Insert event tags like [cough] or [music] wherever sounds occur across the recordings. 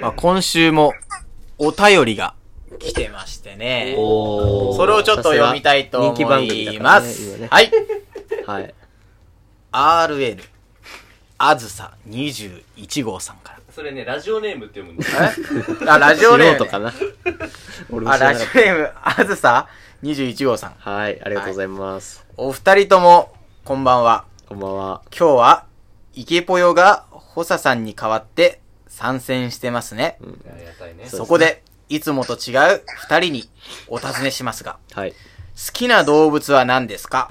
まあ、今週もお便りが来てましてね。それをちょっと読みたいと人気思番組だいかまらねす。今ねはい。はい。 RN、あずさ21号さんかそれね、ラジオネームって読むん [laughs] だよ。ら。あ、ラジオネーム、素人かな。俺もあ、知らラなジかっオネーム、あずさ21号さん。た。はい、ありがとうございます。お二人とも、こんばんは。こんばんは。今日は、イケポヨが、ホサさんに代わって、参戦してますね。ありがたいね。そうそこで、いつもと違う二人にお尋ねしますが、はい。好きな動物は何ですか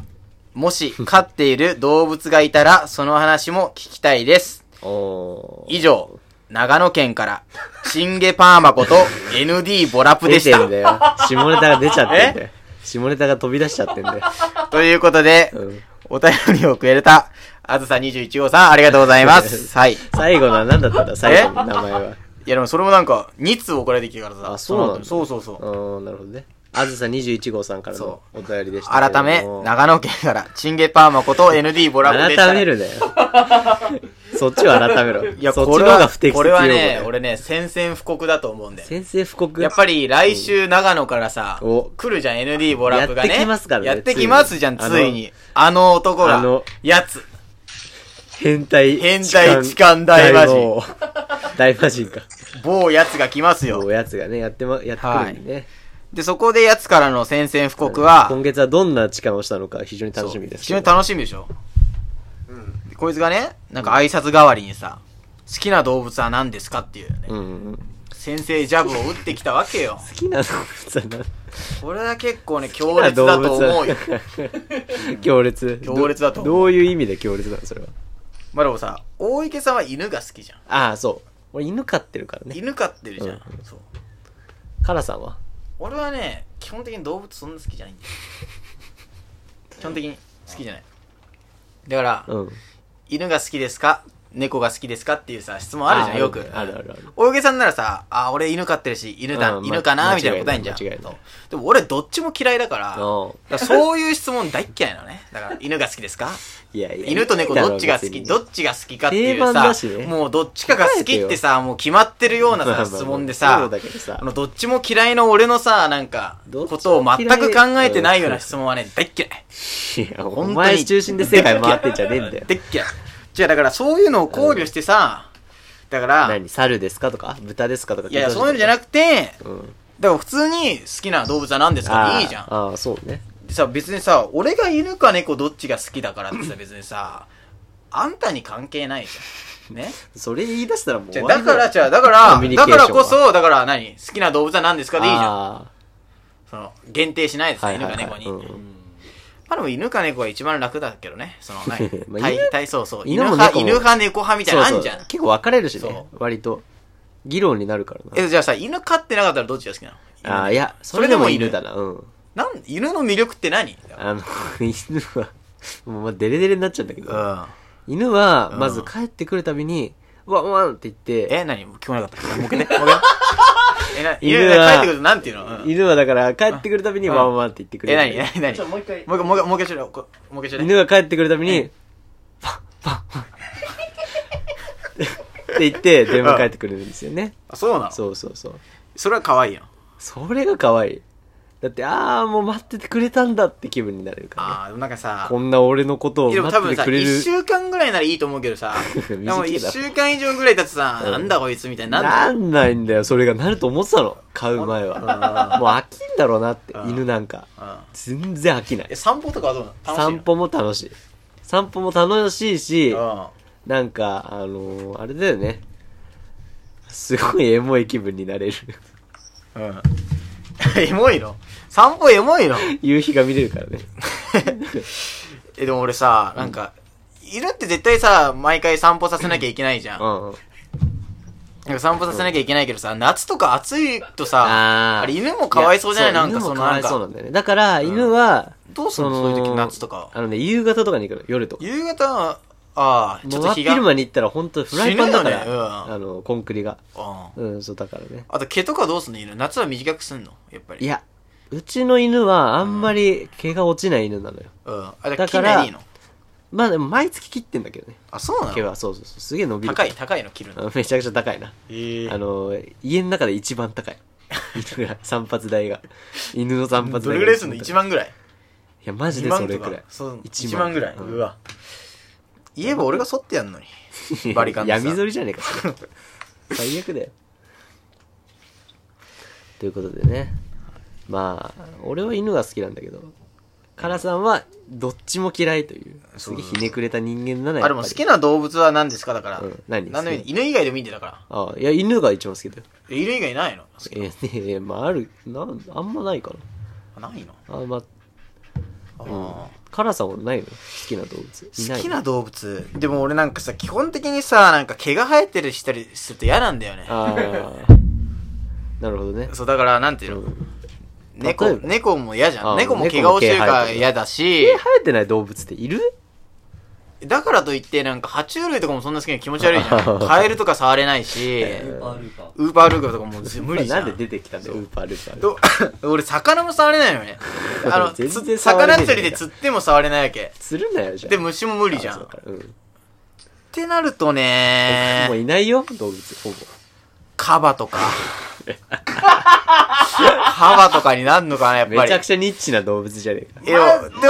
もし、飼っている動物がいたら、その話も聞きたいです。おー。以上、長野県から、チンゲパーマこと ND ボラップでし出てんだた。よ。 [laughs] 下ネタが出ちゃってんだよ。下ネタが飛び出しちゃってんだよ。ということで、うんお便りをくれた、あずさ21号さん、ありがとうござい [laughs] ます。はい。い最後のは何だったんだ最後の名前は。や、でもそれもなんか、2通送られてきたからさ。あそうなんだの後そうそうそう。うん、なるほどね。あずさ21号さんからのそお便りでしたけれど改め、も。長野県から、チンゲパーマこと ND ボラップでした。改 [laughs] めるだよ。そっちを改めろ。いや、そっちこのれ方がは不、適こ切れ用語はだね、よ。俺ね、宣戦布告だと思うんだよ。先制布告やっぱり来週長野からさ、お来るじゃん、ND ボラップがね。やってきますからねやってきますじゃん、ついつにいに。あの男あがの、やつ。変態。変態痴漢大魔神神。大魔神か。某やつが来ますおよ。やつがね、やってま、やってくるんでね。で、そこでやつからの宣戦布告は、今月はどんな痴漢をしたのか非常に楽しみです。非常に楽しみでしょ、でこいつがね、なんか挨拶代わりにさ、好きな動物は何ですかっていうね、うんうん。好先生ジャブを打ってきたわけよ。きな動物は何これは結構ね、強烈だと思うよ。 [laughs] 強烈。強烈だと思うどどういう意味で強烈なのそれは。まあでもさ、大池さんは犬が好きじゃん。ああ、そう。俺犬飼ってるからね。犬飼ってるじゃん。うそう。カラさんは俺はね、基本的に動物そんな好きじゃ [laughs] ないんだよ。基本的に好きじゃない。だから、うん。犬が好きですか猫が好きですかっていうさ、質問あるじゃん、あよく。あるあるある大げさんならさ、あ、俺犬飼ってるし、犬だ、うん犬かなまみたいな答えんじゃん。間違いない間違いないそうでも俺どっちも嫌いだから、うんだからそういう質問大っ嫌いなのね。だから、犬が好きですかいやいや。犬と猫どっちが好いきいだどろうっちが好きかっていう定番さだし、ねもうどっちかが好きってさ、もう決まってるようなまあまさ、あまあ質問でそさうだけどさ、あのどっちも嫌いの俺のさ、なんか、どっちもことを全く考えてないような質問はね、大っ嫌い。別にいや、当 [laughs] おに前中心で世界回ってんじゃねえん [laughs] だよ。大っ嫌い。じゃあだからそういうのを考慮してさ、だから、い何猿ですかとか豚ですかとかやいや、そういうのじゃなくくて、て。うん。だから普通に好きな動物は何ですかっていいじゃん。あーあー、そうね。でさ、別にさ、俺が犬か猫どっちが好きだから [laughs] ってさ、別にさ、あんたに関係ないじゃ [laughs] ん。ねそれ言い出したらもうじ終ゃあわだりだかよ。ら、じゃあだかコミら、ュニケーだションかはらこそ、だから何好きな動物は何ですかでいいじゃん。あその、限定しないでーはさ、い犬はいかはい猫に。うまんあでも犬か猫が一番楽だけどね。 [laughs] その、何まあ対犬、対、そうそう。犬犬も派、猫も犬派、猫派みたいなのあんじゃんそうそう。結構分かれるしねそ割と議論になるからえ、じゃあさ、犬飼ってなかったらどっちが好きなのなああいやそそれでれでもも犬犬だなうんなん、犬の魅力って何あの [laughs] 犬はもうデレデレになっちゃうんだけどん。犬はうんまず帰ってくるたびにワンワンって言ってえ、何聞こえなかった。 [laughs] もう一回ね。もう一回ねえ、な、犬犬がは帰ってくるとなんていうのうん犬はだから帰ってくるたびにうんワンワンって言ってくれえ、る何何何ちょ、もう一回。もう一回、もう一回、もう一回ちょうだいこもう一回ちょうだい犬が帰ってくるたびにパンパンパン [laughs] って言って電話帰ってくるんですよねあ、そうなのそうそうそうそれは可愛いやん。それが可愛いだってああもう待っててくれたんだって気分になれるからねああ、でもなんかさ、こんな俺のことをでも待多って分てさ、くれ一る。週間ぐらいならいいと思うけど [laughs] さ、でも短い一だろ週間以上ぐらい経つとさ、うんなんだこいつみたいになんだ。なんないんだよ、それがなると思ってたの。買う前は。もう飽きんだろうなってう、ん犬なんか。うん。全然飽きなえ、い。散歩とかはどうなの楽しいの散歩も楽しい。散歩も楽しいし、うん。なんか、あのー、あれだよね。すごいエモい気分になれる。 [laughs] うん。 [laughs] エモいの散歩エモ [laughs] いの夕日が見れるからね。え、でも俺さ、なんか、犬って絶対さ、毎回散歩させなきゃいけないじゃん。うなんうん。んか散歩させなきゃいけないけどさ、夏とか暑いとさ、あーあれ犬もかわいそうじゃないやなんか犬そものかわなんいそうかな、んだよね。だから、犬は、どうするのそういう時夏とかあのね、夕方とかに行くの、夜とか。夕方は、ああ、ちちょょっとっと日昼が。間に行ったら本当フライパンだから、死ぬよねうんあの、コンクリが。うんうん、そうだからね。あと毛とかどうすんの犬夏は短くすんのやっぱり。い。や、うちの犬はあんまり毛が落ちない犬なのよ。うん。あ、じゃあだ毛かがらいいのまあでも毎月切ってんだけどねあ、そうな毛のはそうそうそうすげえ伸びる高い、高いの切るの。あめちゃくちゃ高いなええあの家の中で一番 [laughs] 高い犬が散髪代が犬の散髪代どれぐらいするの ?1 万万ぐらい。いやマジ2でそ万れとくらかい。そう、一万1万ぐらい。うんうわ。言えば俺が剃ってやん [laughs] のに。バリカンでさ闇剃りじゃねえかそれ最悪だよということでねまあ俺は犬が好きなんだけどカラさんはどっちも嫌いというすそうげそうえそうひねくれた人間なのあ、でも好きなな動物は何ですかだからうん。何何の好き犬以外でもいいんで、だから。あいや犬が一番好きだよえ犬以外ないのえねえまああるなんあんまないかあないのなあまああうんーカラさんはないの好きな動物いない好きな動物でも俺なんかさ基本的にさなんか毛が生えてるしたりすると嫌なんだよねああなるほどね、そうだからなんていうの、うん猫例えば猫も嫌じあゃーん猫も猫も毛が落ちてるか毛生えてらる嫌だしえ生えてない動物っているだからといってなんか爬虫類とかもそんな好きな気持ち悪いじゃ [laughs] んカエルとか触れないしウーパールーパー。ウーパールーカとかも無理じゃんなんで出てきたんだよウーパールーパーど俺魚も触れないよ [laughs] ねあの全然つ触れ魚ねえじゃん釣りで釣っても触れないわけ [laughs] するなよじゃあで虫も無理じゃあんそっうかうんてなるとねもういないよ動物ほぼカバ [laughs] とか。カバとかになんのかな、やっぱり。めちゃくちゃニッチな動物じゃねえかいやまマジで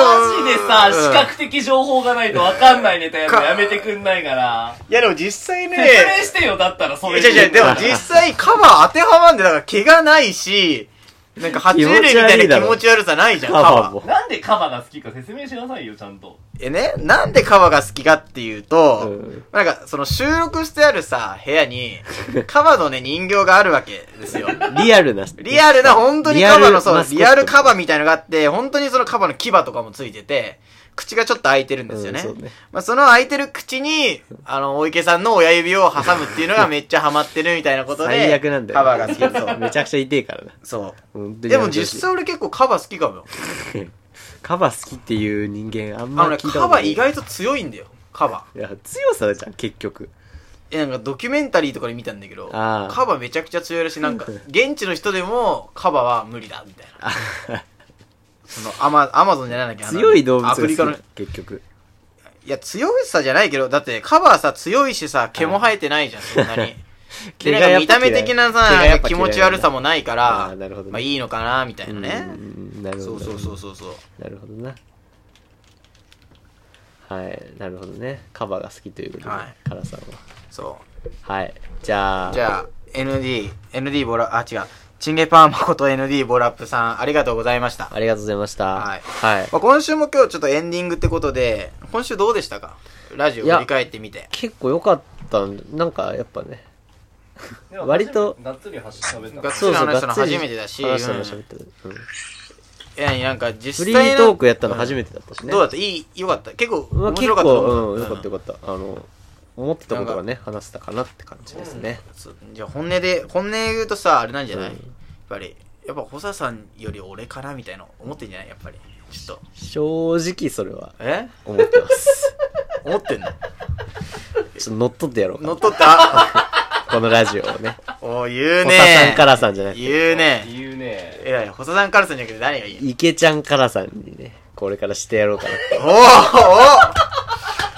さ、うん視覚的情報がないと分かんないネタやる [laughs] のやめてくんないから。いや、でも実際 [laughs] ね説明してよ、だったらそいれ。や、違う [laughs] 違う、でも実際カバ当てはまんで、だから毛がないし、なんか爬虫類みたいな気持ち悪さないじゃん、カカババ。もなんでカバが好きか説明しなさいよ、ちゃんと。えね、なんでカバが好きかっていうと、うんなんか、その収録してあるさ、部屋に、カバのね、人形があるわけです [laughs] よ。リアルなリアルな、本当にカバの、そう、リアルカババみたいのがあって、本当にそのカバの牙とかもついてて、口がちょっと開いてるんですよね。うんそうねまあ、その開いてる口に、あの、お池さんの親指を挟むっていうのがめっちゃハマってるみたいなことで、 [laughs] 最悪なんだよカバが好きだそうめちゃくちゃ痛えからなそう。本当にでやめもてほしい実際俺結構カバ好きかもよ。 [laughs] カバ好きっていう人間あんあまのね、聞いカたことなバい意外と強いんだよ。カバ。いや強さじゃん結局え、なんかドキュメンタリーとかで見たんだけど、あーカバめちゃくちゃ強いらしい。なんか、現地の人でもカバは無理だ、みたいな。そのアマ、アマゾンじゃないんだっけど強い動物がアフリカ好のき、結局いや、強さじゃないけど、だってカバーさ、強いしさ、毛も生えてないじゃん、そんな [laughs] に。で、なんか見た目的なさ、なんか気持ち悪さもないかあらーなるほどね、まあいいのかな、みたいなね。うんなるそほどうそうそうそうそう。なるほどなはいなるほどねカバが好きということで、はいカラさんはそはいじゃあう。じゃあ、ND、ND ボラ、あ、違う。チンゲパーマこと ND ボラップさん、ありがとうございました。ありがとうございましたはいはいまあ今週も今日ちょっとエンディングってことで、今週どうでしたかラジオいや振り返ってみて。結構良かったんなんかやっぱね割とがっつり箸食べた。がっつり話したのがっつり初めてだし話したうのん喋ったうんいや、なんかフ実リ際ーのトークやったの初めてだったしねどうだったいいよかった結構、まあ面結白かった構と思うんよかったよかったあの思ってたことがね話せたかなって感じですねそうじゃあ本音で本音言うとさあれなんじゃない、うんやっぱりやっぱ補佐さんより俺かなみたいな思ってんじゃないやっぱりちょっと正直それはえ思ってます思ってん [laughs] のちょっと乗っ取ってやろうか乗っ取ったこのラジオをねお言うおねささんからさんじゃなくて言うね言うね。えらい補佐さんからさんじゃなくて誰がいい池ちゃんからさんにねこれからしてやろうかなっておー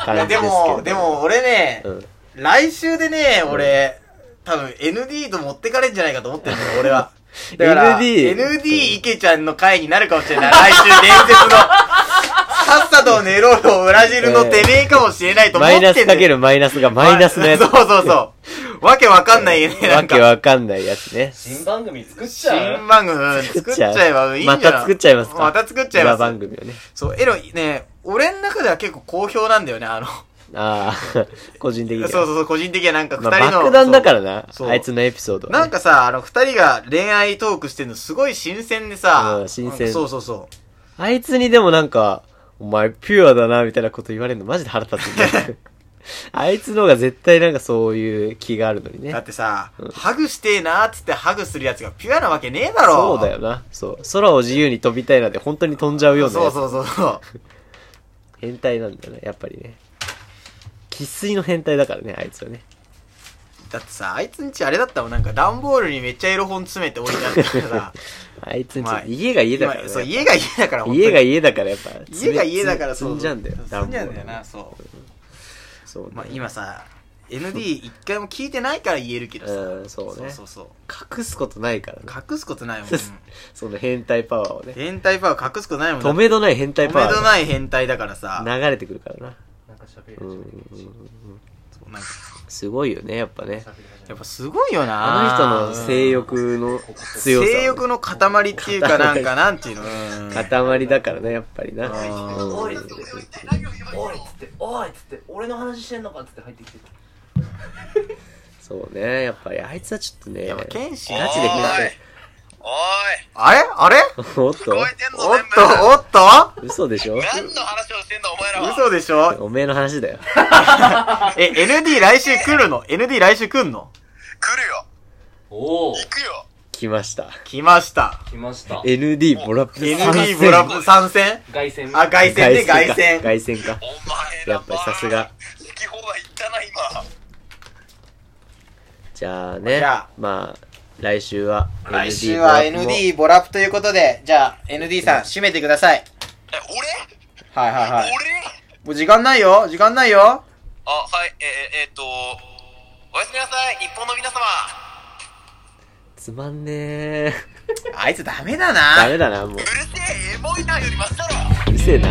おー感いやじでですけもどでも俺ね、うん来週でね俺、多分 ND と持ってかれんじゃないかと思ってるの [laughs] 俺はだから、 ND ND 池ちゃんの回になるかもしれない。来週伝説の。 [laughs] さっさと寝ろよ、ブラジルのてめえかもしれないと思ってマイんだナよスかけるマイナスがマイナスのや [laughs] つそうそうそう。わけわかんないよね、なわんけか。わかんないやつね新番組作っちゃう新番組うん作っちゃえばいいんじゃまないた作っちゃいますかまた作っちゃいま裏す。番組をねそう、エロ、ね、俺の中では結構好評なんだよね、あの。ああ個人的にそうはそうそう、個人的にはなんかま二あ人の。爆弾だからなそうあいつのエピソードそうはねなんかさ、あの、二人が恋愛トークしてるのすごい新鮮でさ。うん新鮮そうそうそう。あいつにでもなんか、お前ピュアだな、みたいなこと言われるのマジで腹立 [laughs] つね。あいつの方が絶対なんかそういう気があるのにだねっ。てさ、ハグしてえなーっつってハグするやつがピュアなわけねえだろそうだよな。そう。空を自由に飛びたいなんて本当に飛んじゃうようなそやうつそうそうそう変態なんだよね、やっぱりね。生粋の変態だからね、あいつはね。だってさあいつんちあれだったもんなんか段ボールにめっちゃエロ本詰めて置いてあったからさあいつんちまあ、家が [laughs] 家だから今ね。そう、家が家だから、家が家。家だからやっぱ。家が家だから、積んじゃうんだよ。積んじゃうんだよ段ボールな、はそう。そうね。まあ、今さ、ND 一回も聞いてないから言えるけどさ。うんそうねそうそう隠すことないからね。そう隠すことないもん。うんその変態パワーをね。変態パワー隠すことないもん。止めどない変態パワー止めどがない変態だからさ。流れてくるからな。なんか喋るうんうんう喋んるうん。そうなんかすごいよね、やっぱ喋ね。り始めるやっぱすごいよなあの人の性欲の強さ。性欲の塊っていうか、なんか、なんていうのうん塊だからね、やっぱりな。うんうんおいっつっておいっつっておいっつって俺の話してんのかっつって入ってきてそうね、やっぱりあいつはちょっとね。やっぱ、剣士ガチでおいあれあれおっ聞こえとてんのおっ全部と、おっと嘘でしょ何の話をしてんだお前らは嘘でしょおめえの話だよ。え、ND 来週来るの ?ND 来週来んの来るよおお行くよ来ました。来ました。来ました ND ボラップ ND ボラップ参戦凱旋あ、凱旋ね、凱旋。外線か。お前らやっぱりさすが好き放題言ったな今じゃあねじゃあ。まあ、来週は ND 来週は ND ボラップということで、じゃあ ND さん締めてください。え俺、はいはいはい。俺もう時間ないよ時間ないよあはいえー、えー、っとおやすみなさい日本の皆様つまんねえ。あいつダメだダなメだな、もう。うるせえエモいなよりマシだろうるせえな。